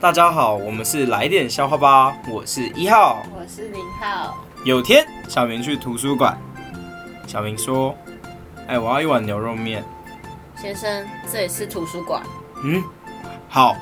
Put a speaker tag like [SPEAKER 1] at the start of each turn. [SPEAKER 1] 大家好，我们是来点笑话吧，我是一号。
[SPEAKER 2] 我是零号，
[SPEAKER 1] 有天，小明去图书馆，小明说：“哎、我要一碗牛肉面。
[SPEAKER 2] 先生，这里是图书馆。”
[SPEAKER 1] 嗯，好，